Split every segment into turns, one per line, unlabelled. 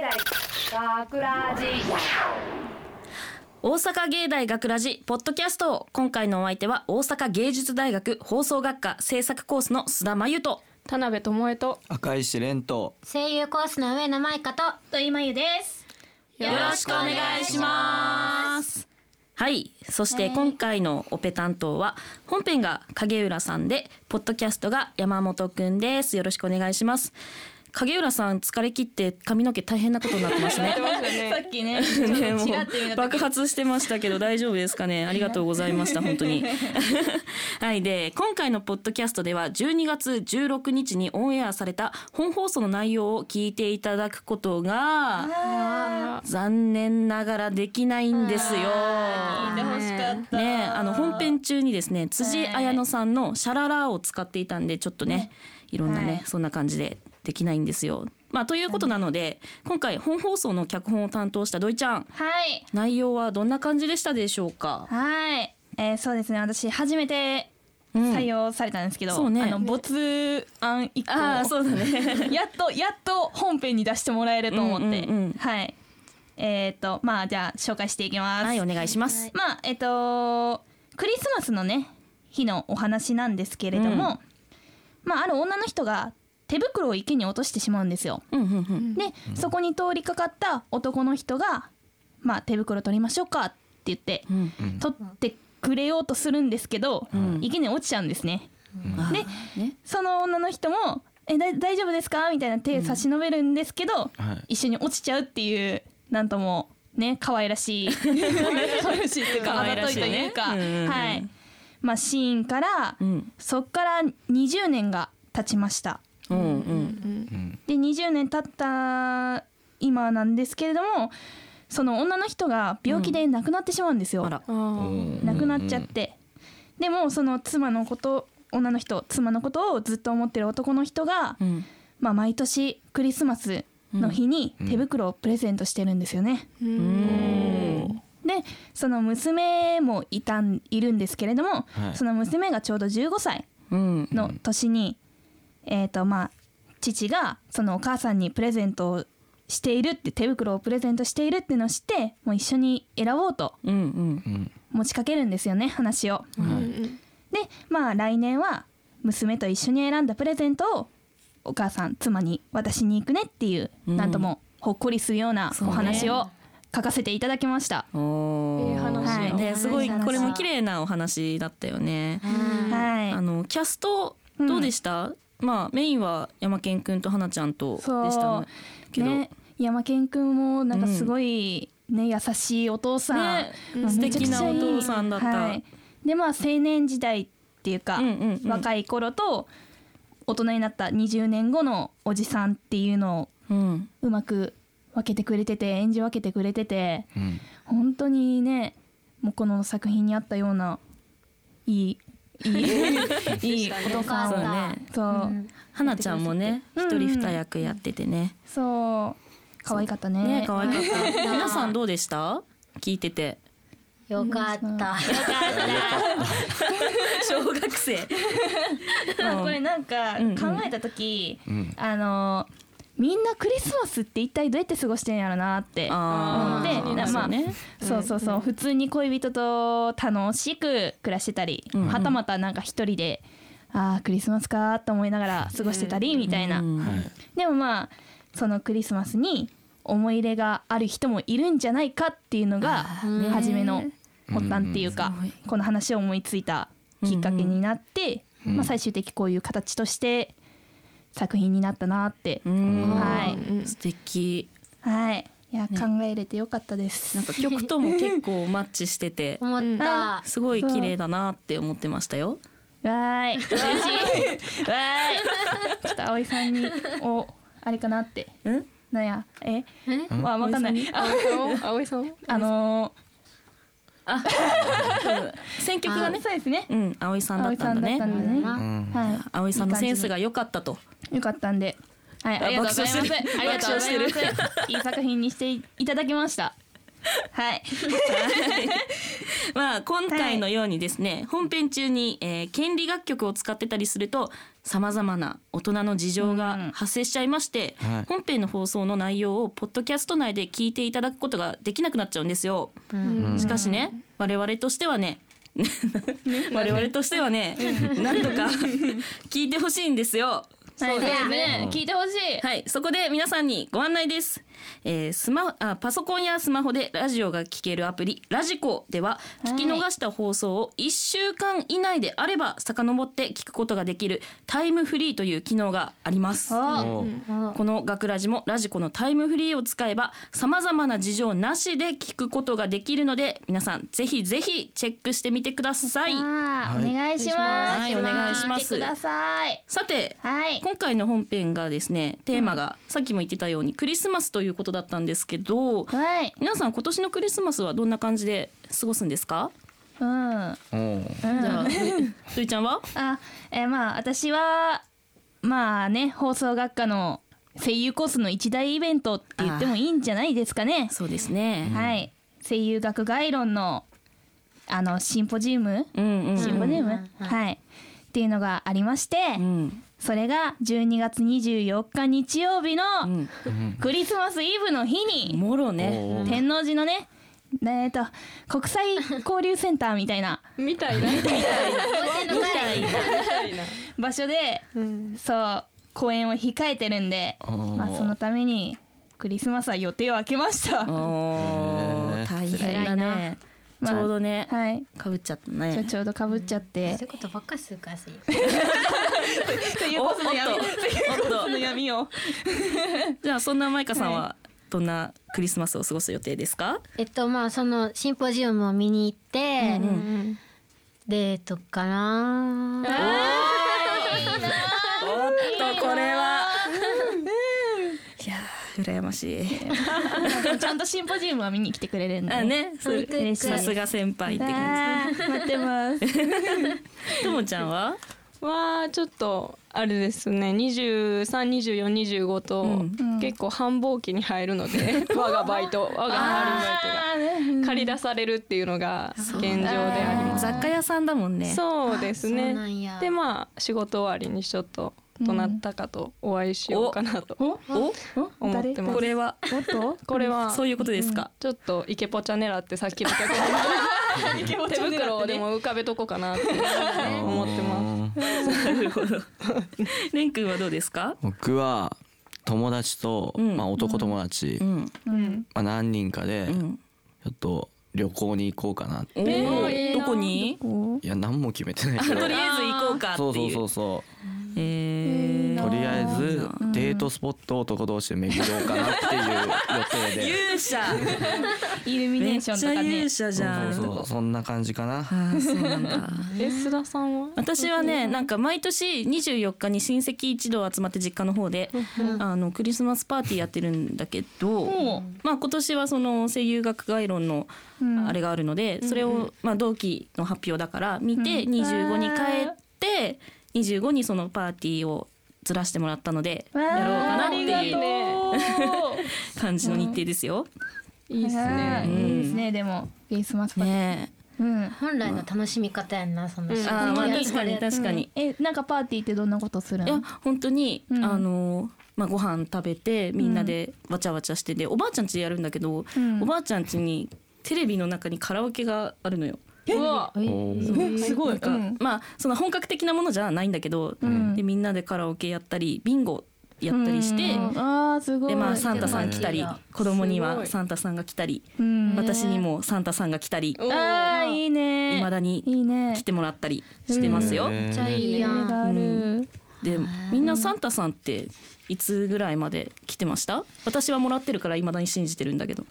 大学ラジ
大阪芸大学ラジポッドキャスト今回のお相手は大阪芸術大学放送学科制作コースの須田真由と
田辺智恵と
赤石蓮と
声優コースの上野舞香とと今ゆです
よろしくお願いしますはいそして今回のオペ担当は本編が影浦さんでポッドキャストが山本くんですよろしくお願いします影浦さん疲れ切って髪の毛大変なことになってますね
さっきね、
ねもう
ちらっと見た
爆発してましたけど大丈夫ですか ねありがとうございました本当にはいで今回のポッドキャストでは12月16日にオンエアされた本放送の内容を聞いていただくことが残念ながらできないんですよ
聞いてほしかった。
ねあの本編中にですね辻彩乃さんの「シャララ」を使っていたんでちょっとねいろんなね、
はい
そんな感じでできないんですよ。まあ、ということなので今回本放送の脚本を担当した土井ちゃん
はい。
内容はどんな感じでしたでしょうか。
はい。えー、そうですね。私初めて採用されたんですけど、
そうね
あの没案一個を
ああそうだね。
やっとやっと本編に出してもらえると思って、
うんうんうん
はい。えっ、とまあじゃあ紹介していきます。
はいお願いします。
まあえっ、とクリスマスのね日のお話なんですけれども、まあある女の人が手袋を池に落としてしまうんですよ。
うんうんうん。
で、そこに通りかかった男の人が「まあ手袋取りましょうか」って言って
うん
取ってくれようとするんですけど、池に落ちちゃうんですね。
あ
で
ーね
その女の人も「えだ大丈夫ですか?」みたいな手差し伸べるんですけど、
はい
一緒に落ちちゃうっていうなんともね可愛 らしい可愛らしいっていうか
可
あざ
愛ら
とい
しい
とい
ね
うか、
うんうんうん
はいまあ、シーンから、
うん
そっから20年が経ちました。
うんうん
で20年経った今なんですけれどもその女の人が病気で亡くなってしまうんですよ、
あら
あー
亡くなっちゃって、でもその妻のこと女の人妻のことをずっと思ってる男の人が、
うん
まあ、毎年クリスマスの日に手袋をプレゼントしてるんですよね。
うん
でその娘もいたんいるんですけれども、
はい
その娘がちょうど15歳
うん
の年に、えーとまあ、父がそのお母さんにプレゼントをしているって手袋をプレゼントしているっていうのを知ってもう一緒に選ぼうと
うんうん
うん
持ちかけるんですよね話を。
はい
でまあ来年は娘と一緒に選んだプレゼントをお母さん妻に渡しに行くねっていう、
うん
なんともほっこりするような
そう
お
ね
話を書かせていただきました。
おー
ええ話
だ
はいねすごい
いい話
これも綺麗なお話だったよね。
はい、
あのキャストどうでした？まあメインは山健くんと花ちゃんとでしたねけど。
ね、山健くんもなんかすごい、ね優しいお父さん、
ね
まあ
素
めちゃく
敵
ち
な
ゃ
お
いい
父さんだった。
はい、でまあ青年時代っていうか、
うんうんうん
若い頃と大人になった20年後のおじさんっていうの
う
を
ん
うまく分けてくれてて演じ分けてくれてて
うん
本当にねもうこの作品にあったようないいい いいいお父さん
そう
を
ね。
そう、
花ちゃんもね
うん
一
うん
人二役やっててね。
そう可愛かったね
ね可愛かった。皆さんどうでした？聞いて て。
よかったよかっ
小学生。
まあ これなんか
うんうん
考えた時、
うん
あのみんなクリスマスって一体どうやって過ごしてんやろなって思
あ
って
あ。
なまあ
ね。
そうそうそう、普通に恋人と楽しく暮らしてたり、
うんうん
はたまたなんか一人でああクリスマスかーと思いながら過ごしてたりみたいな、
うん
はい
でもまあそのクリスマスに思い入れがある人もいるんじゃないかっていうのが初めの発端っていうか、この話を思いついたきっかけになって、まあ、最終的こういう形として作品になったなって、
うん
はい、
素敵。
はい、いや考えれてよかったです。
なんか曲とも結構マッチして て
た。思った
すごい綺麗だなって思ってましたよ。
わーい、嬉しい。わーい。ちょっと葵さんに、お、あれかなって。
うん？
なんや、え、まあ、わかんない。あ
葵さんも
あの
選
ー、
曲がね。
そうですね
う。ん、葵さんだっ
葵
た
さ
ん
ん
だ
だった
ね。
んだ
う
ね。
うん
は
葵さんのセンスが良かったと。
い、よかったんで。はい、ありがとうございます。ありがとうございます。いい作品にしていただきました。はい。
まあ今回のようにですね、本編中に、えー権利楽曲を使ってたりするとさまざまな大人の事情が発生しちゃいまして、
うんはい
本編の放送の内容をポッドキャスト内で聞いていただくことができなくなっちゃうんですよ。
うん
しかしね我々としてはね 我々としてはね何とか 聞いてほしいんですよ。
そうです
ね
ね。聞いてほしい。
はい、そこで皆さんにご案内です。えースマあパソコンやスマホでラジオが聴けるアプリラジコでは聞き逃した放送を1週間以内であれば遡って聞くことができるタイムフリーという機能があります。
あ、
お
お
この学ラジもラジコのタイムフリーを使えば様々な事情なしで聞くことができるので皆さんぜひぜひチェックしてみてください。
あー
はい
お願いします。
はいお願いします
来てください。
さて、
はい。
今回の本編がですねテーマがさっきも言ってたようにクリスマスということだったんですけど
はい。
皆さん今年のクリスマスはどんな感じで過ごすんですか、
うん。うん。
お
じゃあふふいちゃんは
あ、えーまあ私はまあね放送学科の声優コースの一大イベントって言ってもいいんじゃないですかね。
そうですね、
はい。声優学概論のあのシンポジウム、
うんうん
シンポジウム、はいっていうのがありまして、
うん
それが12月24日日曜日の
うん
クリスマスイブの日に、
もろ
お
ね
ー
天王寺のね。えー、と国際交流センターみた いな
みたいな。
の回
場所で
うん。
そう公演を控えてるんで、
おー
まあ、そのためにクリスマスは予定を空けました。は
お
へ
ー
ー
大変だね、
まあ
ちょうどね、
い、
かぶっちゃった
ちょ
ね
ちょうどかぶっちゃって
そういう、ことばっかりするからさ
という
おお
こ
っと
との闇
おっ
その闇を。
とじゃあそんなマイカさんはどんなクリスマスを過ごす予定ですか、
えっとまあそのシンポジウムを見に行って、
うん
うん。
デートかな
おっとこれはいやー羨ましい
ちゃんとシンポジウムは見に来てくれるんだ
あねそう
本当に
さすが先輩って感
あー待ってます。
じともちゃんは
はちょっとあれですね。二十三、二十四、二十五と、
うん
うん
結構繁忙期に入るので、我がバイト、我がアルバイトが。
あーね
借り出されるっていうのが現状であります。
雑貨屋さんだもんね
そうで
そ
す
う
ね
な。んや
でまあ仕事終わりにちょっとどなったかとお会いしようかなと、
お
お
思ってます
これは
おっと
これは
そういうことですか、
ちょっとイケポチャ狙ってさっきの客に手袋をでも浮かべとこうかなって思ってます
うなるほどレン君はどうですか
僕は友達と、
うん
まあ、男友達、
ん
うん
まあ、何人かで、
う
ち
ん
ょっと旅行に行こうかなって
おー
えー
どこに
いや何も決めてない
あ
け
と
ど
りあえず行こうかって
そうそ
いうう
そうそ
え
う
ー
とりあえずデートスポットを男同士で巡ろうかなっていう予定で
勇者
イルミネ
め
ー
っち
ショ
ゃ
ンとかね
勇。者じゃん
そうそうそうそんな感じかな
あーそうなんだ
え須田さんは
私はねなんか毎年24日に親戚一同集まって実家の方であのクリスマスパーティーやってるんだけど、まあ、今年はその声優学概論の
うん
あれがあるので、それをまあ同期の発表だから見て
うん
25に帰って25にそのパーティーをずらしてもらったのでや
わー
ろうかなっ
あ
て
りがとう
いう
ね。
感じの日程ですよ。
いいっす
あ
ね
ーいいですね。でもクリスマスパーティー
ね
うん。
本来の楽しみ方やんなその
え
人
あーまあ確かに確かに。
えなんかパーティーってどんなことする
いや
の？
本当に、
うん
あのまあ、ご飯食べてみんなでわちゃわちゃしてで、おばあちゃん家でやるんだけど、
うん
おばあちゃん家にテレビの中にカラオケがあるのよ。
うわ
おー
すごい、
うん
まあその本格的なものじゃないんだけど、
うん
でみんなでカラオケやったりビンゴやったりして、
うんああすごい。
でまあサンタさん来たり
すごい
子供に
すご
はいサンタさんが来たり、
うん
私にもサンタさんが来たり、
お
ああいいね。
未だに
いいね。
来てもらったりしてますよ。
へ
めっ
ー
ちゃいいや
夢
ん
がある。
でみんなサンタさんっていつぐらいまで来てました私はもらってるから未だに信じてるんだけど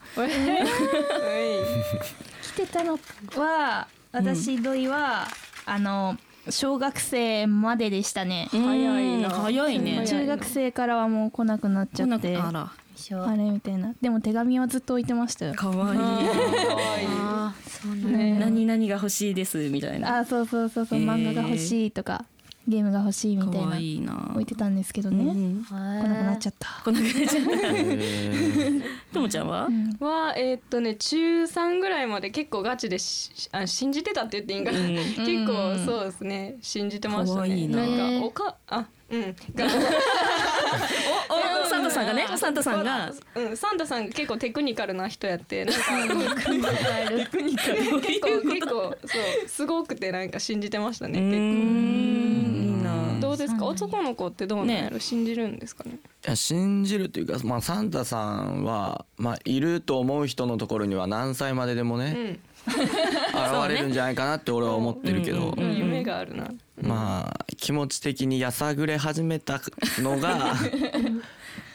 来てたのは私土井は、あの小学生まででしたね。
早いな早いね
中学生からはもう来なくなっちゃって。
あ
あ
ら
一緒
れみたいな。でも手紙はずっと置いてましたよ。
かわい
あーそうなん
い何々が欲しいですみたいな
あそうそうそうそう
へー
漫画が欲しいとかゲームが欲しいみたい
可
な
愛いな
置いてたんですけど
う
ね
ん
来
来なくなっちゃ
ゃっ
った
こんな感じ
え
ともちゃんは、
うん
はえーっとね中3ぐらいまで結構ガチでししあ信じてたって言っていいんかな、
うん
結構そうですね信じてました
可愛い
ね
な
なんかおかあうんが
おおサンタさんがねサンタさんが
うん、サンタさんが結構テクニカルな人やってなんか
テクニカル
結構結構そうすごくてなんか信じてましたね結
いいな
構どうですか男の子ってどうなんやろ、信じるんですかね
いや信じるというか、まあ、サンタさんは、まあ、いると思う人のところには何歳まででも
う
ね、
ん、
現れるんじゃないかなって俺は思ってるけど、
うんうん
夢があるな
まあ気持ち的にやさぐれ始めたの が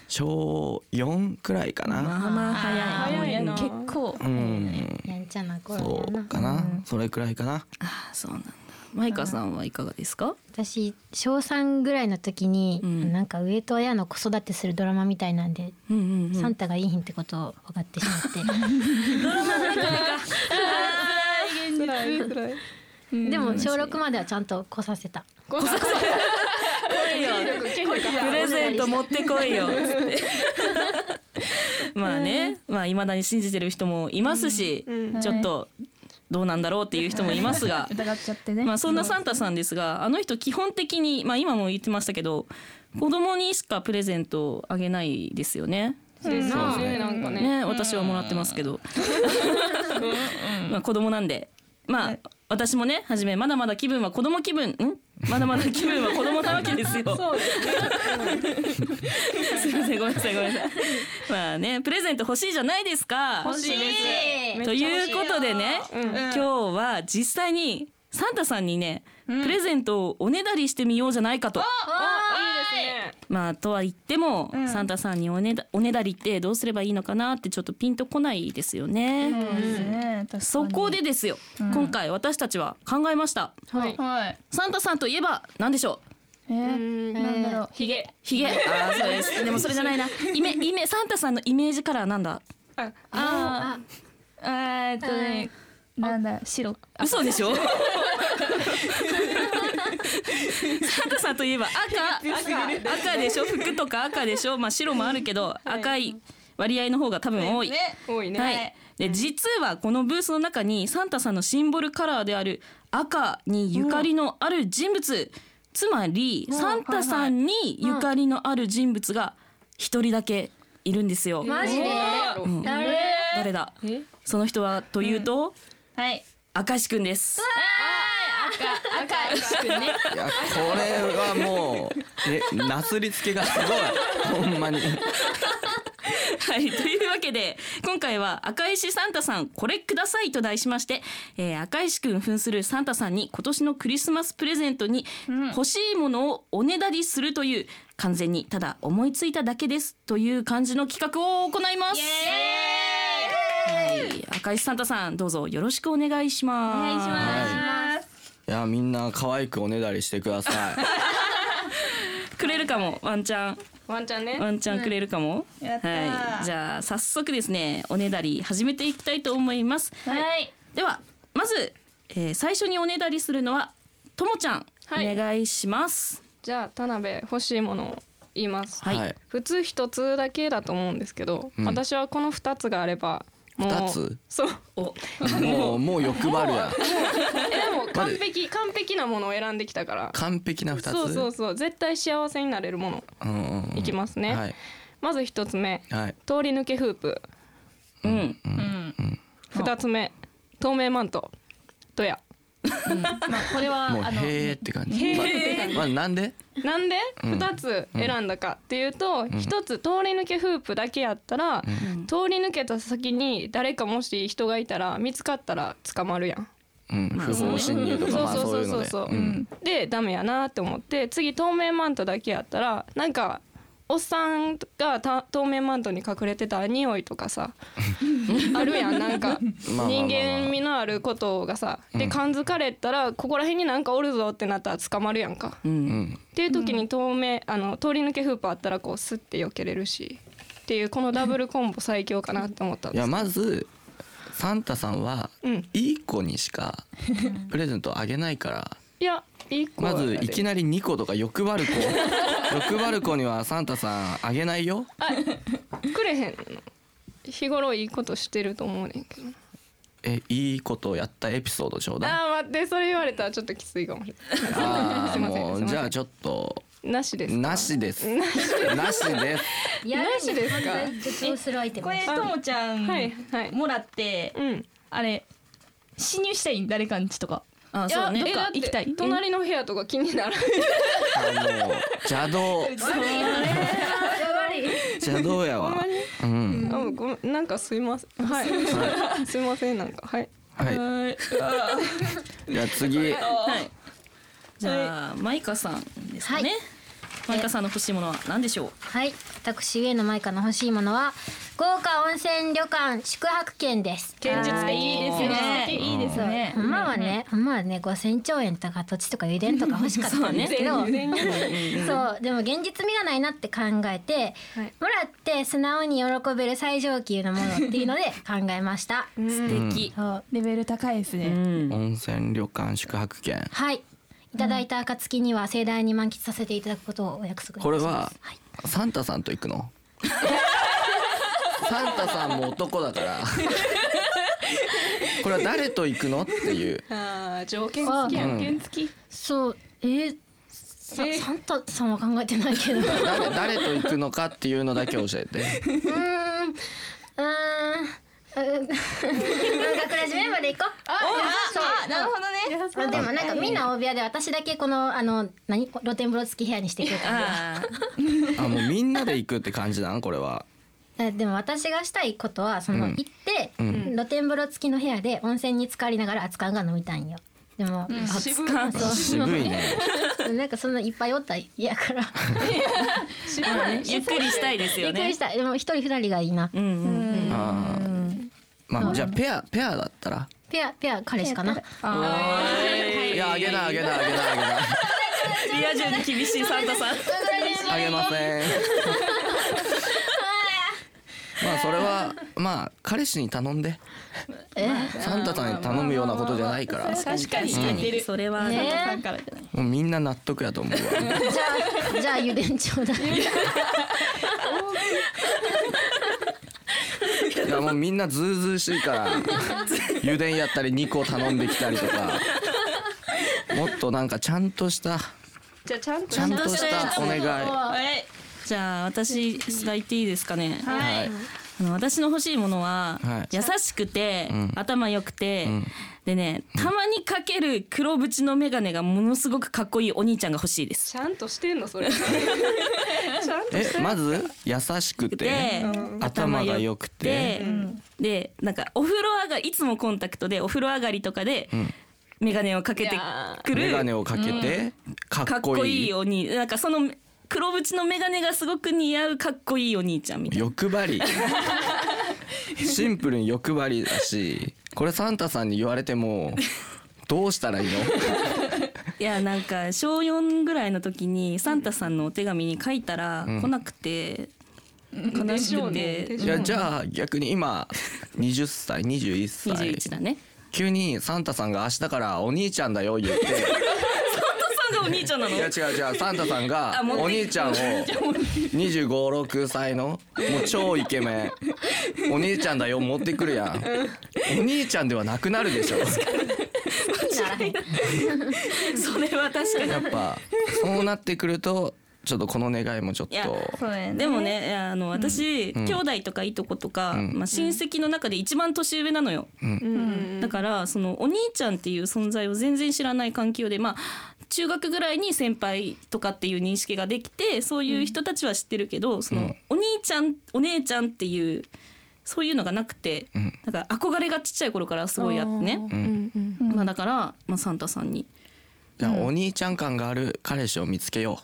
小4くらいかな、
まあまあ
あー
早い
早いな
結構
うん
たやんちゃな頃
そ
だ
う
な
かな、それくらいかな
あそうなんだマイカさんはいかがですか
私小3ぐらいの時に、
うん
なんか上戸彩の子育てするドラマみたいなんで、
うんうん
サンタがいいひんってことを分かってしま っ
辛い辛い
てでも小6まではちゃんと来させた
こそこ
プレゼント持ってこいよ。まあね、まあ未だに信じてる人もいますし、
うんうん
ちょっとどうなんだろうっていう人もいますが、
疑っちゃってね
まあそんなサンタさんですが、あの人基本的にまあ今も言ってましたけど、子供にしかプレゼントをあげないですよね。
そうです
そうです
ねなんかね
ね、私はもらってますけど、まあ子供なんで、まあ私もね、はじめまだまだ気分は子供気分、ん？まだまだ気分は子供なわけですよ。
そうですね
すみませんごめんなさいごめんなさい。まあねプレゼント欲しいじゃないですか。
欲しいです
え
ということでね、
うん
今日は実際にサンタさんにね、プレゼントをおねだりしてみようじゃないかと。
あいいですね
まあとは言っても、サンタさんにおねだおねだりってどうすればいいのかなってちょっとピンとこないですよね。
そうですね確かに
そこでですよ、今回私たちは考えました。
はい
はい
サンタさんといえば何でしょう。
えー、なんだろう
ヒゲ
ひげ。ああそう です。でもそれじゃないな。イメイメサンタさんのイメージカラーなんだ。
あ
あーえーっとねなんだ白
嘘でしょ サンタさんといえば赤赤赤でしょ服とか赤でしょ、まあ、白もあるけど赤い割合の方が多分多い。
多いね
はい、で実はこのブースの中にサンタさんのシンボルカラーである赤にゆかりのある人物、つまりサンタさんにゆかりのある人物が一人だけいるんですよ。
マジで
うん
誰
誰だその人はというと、
はい
明石くんです。
いやこれはもうえなすりつけがすごいほんまに
はい、というわけで今回は「赤石サンタさんこれください」と題しまして、えー赤石くん扮するサンタさんに今年のクリスマスプレゼントに欲しいものをおねだりするという完全にただ思いついただけですという感じの企画を行います。はい、赤石サンタさんどうぞよろしくお願いします。お願いしま
いやみんな可愛くおねだりしてください
す。くれるかもワンチャン
ワンちゃんね
ワンチャンくれるかも。
やったー
はい、じゃあ早速ですねおねだり始めていきたいと思います。
はい
ではまず、えー最初におねだりするのはともちゃん、
はい
お願いします
じゃあ田辺欲しいものを言います、
はい
普通一つだけだと思うんですけど、
うん
私はこの二つがあればもう
二つ
そう
お
もうもう欲張るやん
えでも完璧完璧なものを選んできたから
完璧な二つ
そうそうそう絶対幸せになれるもの
うんうんうん
いきますね、
はい
まず一つ目
はい
通り抜けフープ
うん
うん
二つ目透明マントとや
まあこれは
もう
あの
へーって感じまあなんで
なんで
うん
2つ選んだかっていうと1つ通り抜けフープだけやったら
ん
通り抜けた先に誰かもし人がいたら見つかったら捕まるやん。
うん不法侵入とかまあそういうので
そう
う
そうそうそううんんでダメやなって思って次透明マントだけやったらなんかおっさんがた透明マントに隠れてた匂いとか さあるやんなんか
まあまあまあ
人間味のあることがさで感づかれたらここら辺になんかおるぞってなったら捕まるやんか。
う
うんん
っていう時に透明、あの通り抜けフープあったらこうスッて避けれるしっていうこのダブルコンボ最強かなって思ったん
い
で
や
す
まずサンタさんは
うん
いい子にしかプレゼントあげないから
いや一個
まずいき
な
なり2個とか欲張る 子欲張る子にはサンタさんあげないよ
くれへんの日頃いいことしてると思うねんけど
えいいことやったエピソードちょうだい
ああー待ってそれ言われたらちょっときついかもしれない
あ
す
ー
いません
も
すいうません
じゃあちょっと
なしですか
なしですなしです
やる
なしですか
絶望するアイテム
これともちゃん
はいはい
もらって
うん
あれ侵入したいん誰かんちとか
あ
いや
そうね
どっ
えだ
か
って
行きたい
隣の部屋とか気にならない
あの邪道邪道やわうん
あごめんなんかすいませんはい すいませんなんかはい
はい
はい
じゃあ
は
次
い。じゃあ、マイカさんですかね。
はい
マイカさんの欲しいものは何でしょう。
はい私上野舞香の欲しいものは豪華温泉旅館宿泊券です
現実的
いいですねいいですね
ほんまはね、ほんまはね、5000兆円とか土地とか油田とか欲しかったんですけど、そう,、でも現実味がないなって考えて、
はい
もらって素直に喜べる最上級のものっていうので考えました。
素敵。
そう
レベル高いです
う
ね
ん。
温泉旅館宿泊券
はい。いただいた暁には盛大に満喫させていただくことをお約束いたします
これは
はい、
サンタさんと行くのサンタさんも男だからこれは誰と行くのっていう
あー条件
好き
やん
条件付き
そう、えーさ
えー
サンタさんは考えてないけどうーんう
誰誰と行くのかっていうのだけ教えて
ーん学ラジメンバーで行こう
あなるほどね
あでもなんかみんな大部屋で私だけこのあの何露天風呂付き部屋にしてくれたん
あ
あもうみんなで行くって感じなのこれは
ででも私がしたいことはその、
うん
行って、
ん
露天風呂付きの部屋で温泉に浸かりながら熱燗が飲みたいんよでも、
渋い
渋いね
なんかそんないっぱいおったら嫌やから
渋
あ、まあ
い
ね、ゆっくりしたいです
び
よ
っく り
ね
し。たでも一人二人がいいな
うんうん。
あーまあじゃあペアペアだったら
ペアペア彼氏かな
いやあげないあげないあげないあげない
リア充に厳しいサンタさん。
あげま せん。まあそれはまあ彼氏に頼んで
え
サンタさんに頼むようなことじゃないから
確かに
確かにそれは
ね
佐藤さんからじゃない
もうみんな納得やと思うわ
じゃあじゃあ油田ちょうだい
いやもうみんなズうずうしいから油田やったり肉を頼んできたり とかもっとなんかちゃんとした
じゃあちゃんと
ちゃんとしたお願いは
はい
じゃあ私が言っていいですかね。
い
あの私の欲しいものは、
はい
優しくて、
ん
頭良くて、
ん
でねたまにかける黒縁の眼鏡がものすごくかっこいいお兄ちゃんが欲しいです。
ちゃんとしてんのそれちゃんとし
え
てんの
まず優しくて
で
頭が良くて
で,、でなんかお風呂上がりいつもコンタクトでお風呂上がりとかで、眼鏡をかけてく
眼鏡
る
をかけてか
か
っ
っ
こ
こ
い
い
い
いお兄なんかその黒縁の眼鏡がすごく似合うかっこいいお兄ちゃんみたいな。
欲張りシンプルに欲張りだしこれサンタさんに言われてもどうしたらいいの
いやなんか小4ぐらいの時にサンタさんのお手紙に書いたら来なくて、悲しくて、
でしょうねでしょ
いやじゃあ逆に今20歳21歳
21だね。
急にサンタさんが明日からお兄ちゃんだよ言って
サンタさんがお兄ちゃんなの。
いや違う違うサンタさんが
あ持って
お兄ちゃんを2526歳のもう超イケメンお兄ちゃんだよ持ってくるやんお兄ちゃんではなくなるでしょ
それは確かに。
やっぱそうなってくるとちょっとこの願いもちょっ
いや
と
そうね
でもね、いやあの私、
ん
兄弟とかいとことか、
ん
まあ親戚の中で一番年上なのよ。
うんうん
だからそのお兄ちゃんっていう存在を全然知らない環境でまあ中学ぐらいに先輩とかっていう認識ができてそういう人たちは知ってるけど、そのお兄ちゃんお姉ちゃんっていうそういうのがなくて、
ん
なんか憧れがちっちゃい頃からすごいあってね、
うんうん
まあ、だから、まあ、サンタさんに。
じゃあお兄ちゃん感がある彼氏を見つけよ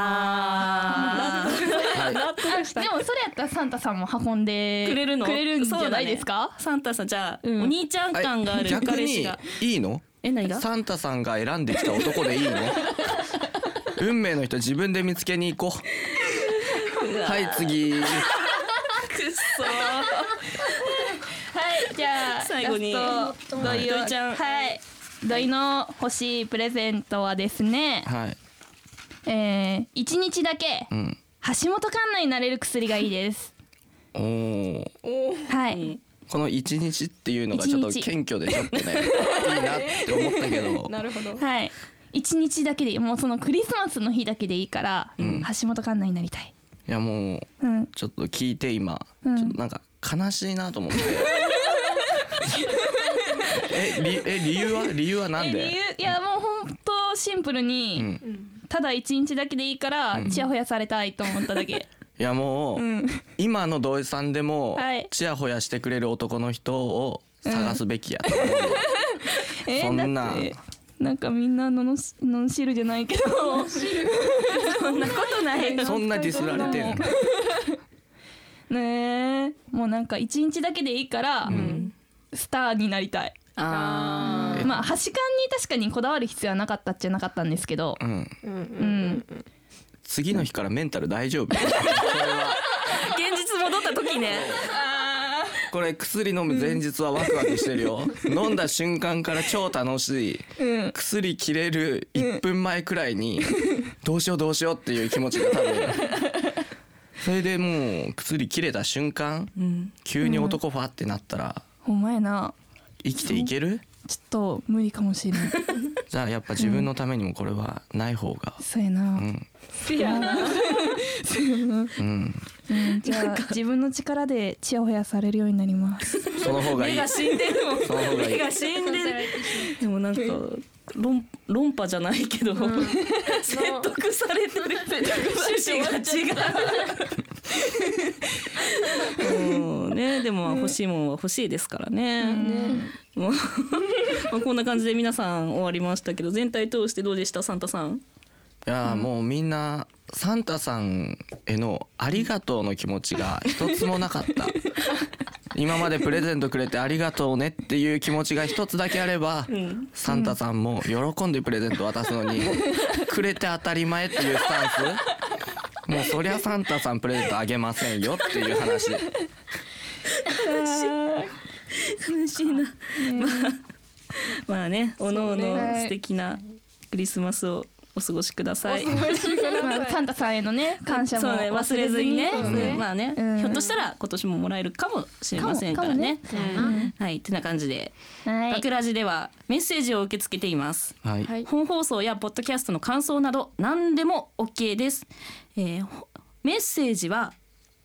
あ
うはい
でもそれやったらサンタさんも運んで
くれるの
くれるんじゃないですか、
サンタさんじゃあ、
うん
お兄ちゃん感がある
逆
彼氏
に
が
いいの
え何が
サンタさんが選んできた男で いいの運命の人自分で見つけに行こうはい次
くっそー
はいじゃあ
最後に
ラスト
土井ちゃん
はい土井の欲しいプレゼントはですね、
はい。
えー、1日だけ
うん。
橋本環奈になれる薬がいいです。
おお。
はい。
この一日っていうのがちょっと謙虚でちょっとね、いいなって思ったけ ど。
なるほど。
はい。1日だけでいいもうそのクリスマスの日だけでいいから、
ん
橋本環奈になりたい。
いやもう
うん。
ちょっと聞いて今、
うん
ちょっとなんか悲しいなと思って。 えりえ理由は理由はなん
え理
で？
由いやもう本当シンプルに、
うん
ただ1日だけでいいからチヤホヤされたいと思った だけ。
いやもう、
うん。
今の土井さんでも、
はい
ちやほやしてくれる男の人を探すべきやと思う、
え
そんな
だってなんかみんなののしのんしるじゃないけど
そんなことないよ
そん なディスられてるの
ねえもうなんか一日だけでいいから、スターになりたい
あー
まあ端感に確かにこだわる必要はなかったっちゃなかったんですけど
うん、
うん
次の日からメンタル大丈夫 これは
現実戻った時ね
これ薬飲む前日はワクワクして るよ、飲んだ瞬間から超楽しい、
うん
薬切れる1分前くらいに、どうしようどうしようっていう気持ち が多分それでもう薬切れた瞬間、急に男ファってなったら
お前な
生きていける、
ちょっと無理かもしれ ない
じゃあやっぱ自分のためにもこれはない方が、
そうやな、
うん
せやな。
うん、
うんじゃあ自分の力でチヤホヤされるようになります
その方がい
目
い
が死んでるもん
その方がい
目
い
が死んでるでもなんか論論破じゃないけど、 説得されてる趣旨が違う。もうねでも欲しいもんは欲しいですからね。もうまあこんな感じで皆さん終わりましたけど全体通してどうでしたサンタさん。
いやーもうみんなサンタさんへのありがとうの気持ちが一つもなかった 今までプレゼントくれてありがとうねっていう気持ちが一つだけあれば、サンタさんも喜んでプレゼント渡すの に、くれて当たり前っていうスタンスもうそりゃサンタさんプレゼントあげませんよっていう話
楽しいな。まあまあねおのおの
はい
素敵なクリスマスをお過ごしください。
まあサンタさんへのね感謝も
そうね
忘
忘
れ
れ
ず
ず
に
に
ね
ね
そう
うんまあね、
うん
ひょっとしたら今年ももらえるかもしれませんからね
かも
そうやな
はいてな感じで、
は
学ラジではメッセージを受け付けています
はい、
はい
本放送やポッドキャストの感想など何でも OK です、えーほメッセージは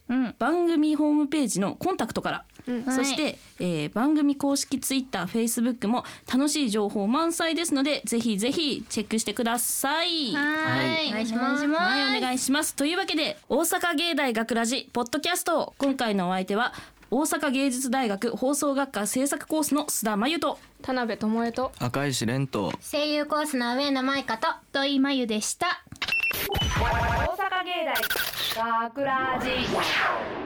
うん
番組ホームページのコンタクトから、
ん
そして、えー番組公式ツイッターフェイスブックも楽しい情報満載ですのでぜひぜひチェックしてください
はいお願いします
はい、お願いします。というわけで、大阪芸大学ラジポッドキャスト、今回のお相手は。大阪芸術大学放送学科制作コースの須田真由と。
田辺智恵と。
赤石蓮と
声優コースの上野舞香と
土井真由でした
大阪芸大学ラジ